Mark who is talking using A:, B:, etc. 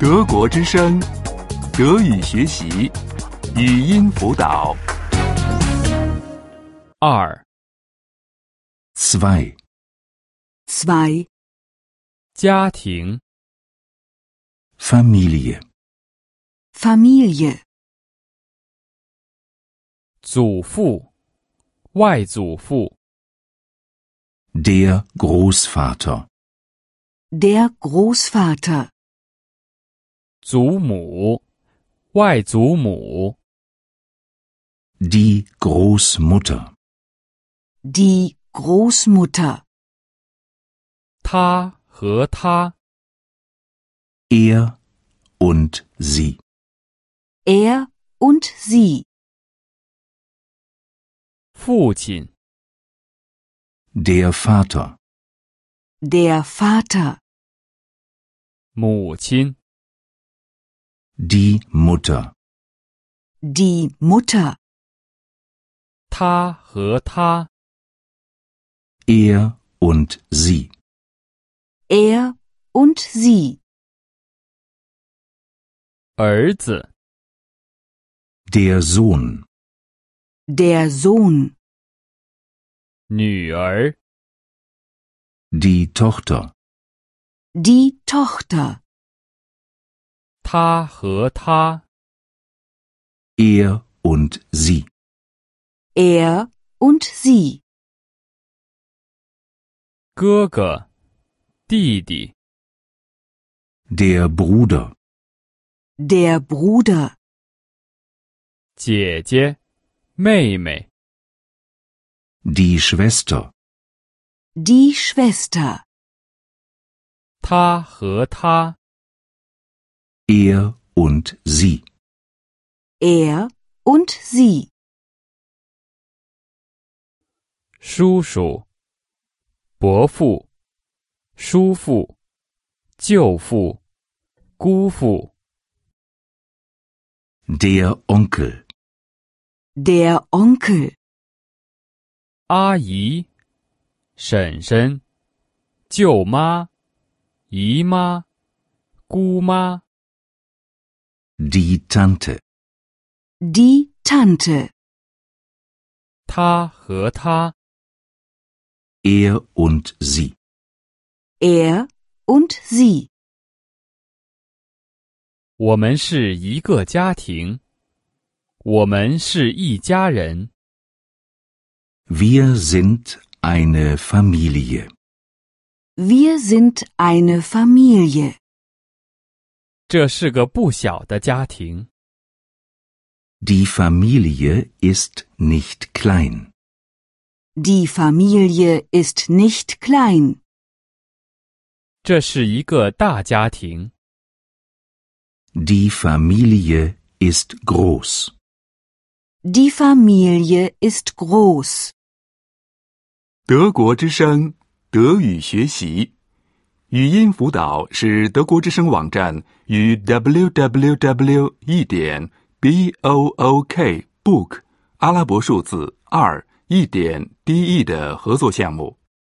A: 德国之声，德语学习，语音辅导。
B: 二，
A: Zwei.
C: 2.
B: 家庭，
A: Familie.
C: Familie.
B: 祖父，外祖父，
A: Der Großvater.
C: Der Großvater.
B: 祖母，外祖母，
A: Die Großmutter.
C: Die Großmutter.
B: 他和他，
A: Er und sie.
C: Er und sie.
B: 父亲，
A: Der Vater.
C: Der Vater.
B: 母亲，
A: Die Mutter.
C: Die Mutter.
B: 他和他，
A: Er und sie.
C: Er und sie.
B: 儿子，
A: Der Sohn.
C: Der Sohn.
B: 女儿，
A: Die Tochter.
C: Die Tochter.
B: 他和他，
A: Er und sie.
C: Er und sie.
B: 哥哥，弟弟，
A: Der Bruder.
C: Der Bruder.
B: 姐姐，妹妹，
A: Die Schwester.
C: Die Schwester.
B: 他和他，
A: Er und sie.
C: Er und sie.
B: 叔叔，伯父，叔父，舅父，姑父。
A: Der Onkel.
C: Der Onkel.
B: 阿姨、婶婶、舅妈、姨妈、姑妈、
A: Die Tante.
C: Die Tante.
B: 她和她、
A: Er und sie.
C: Er und sie.
B: 我们是一个家庭，我们是一家人，
A: Wir sind eine Familie.
C: Wir sind eine Familie.
B: 这是个不小的家庭。
A: Die Familie ist nicht klein.
C: Die Familie ist nicht klein.
B: 这是一个大家庭，
A: Die Familie ist groß.
C: Die Familie ist groß.
D: 德国之声德语学习，语音辅导是德国之声网站与 www. 一点 b o o k book 阿拉伯数字二一点 d e 的合作项目。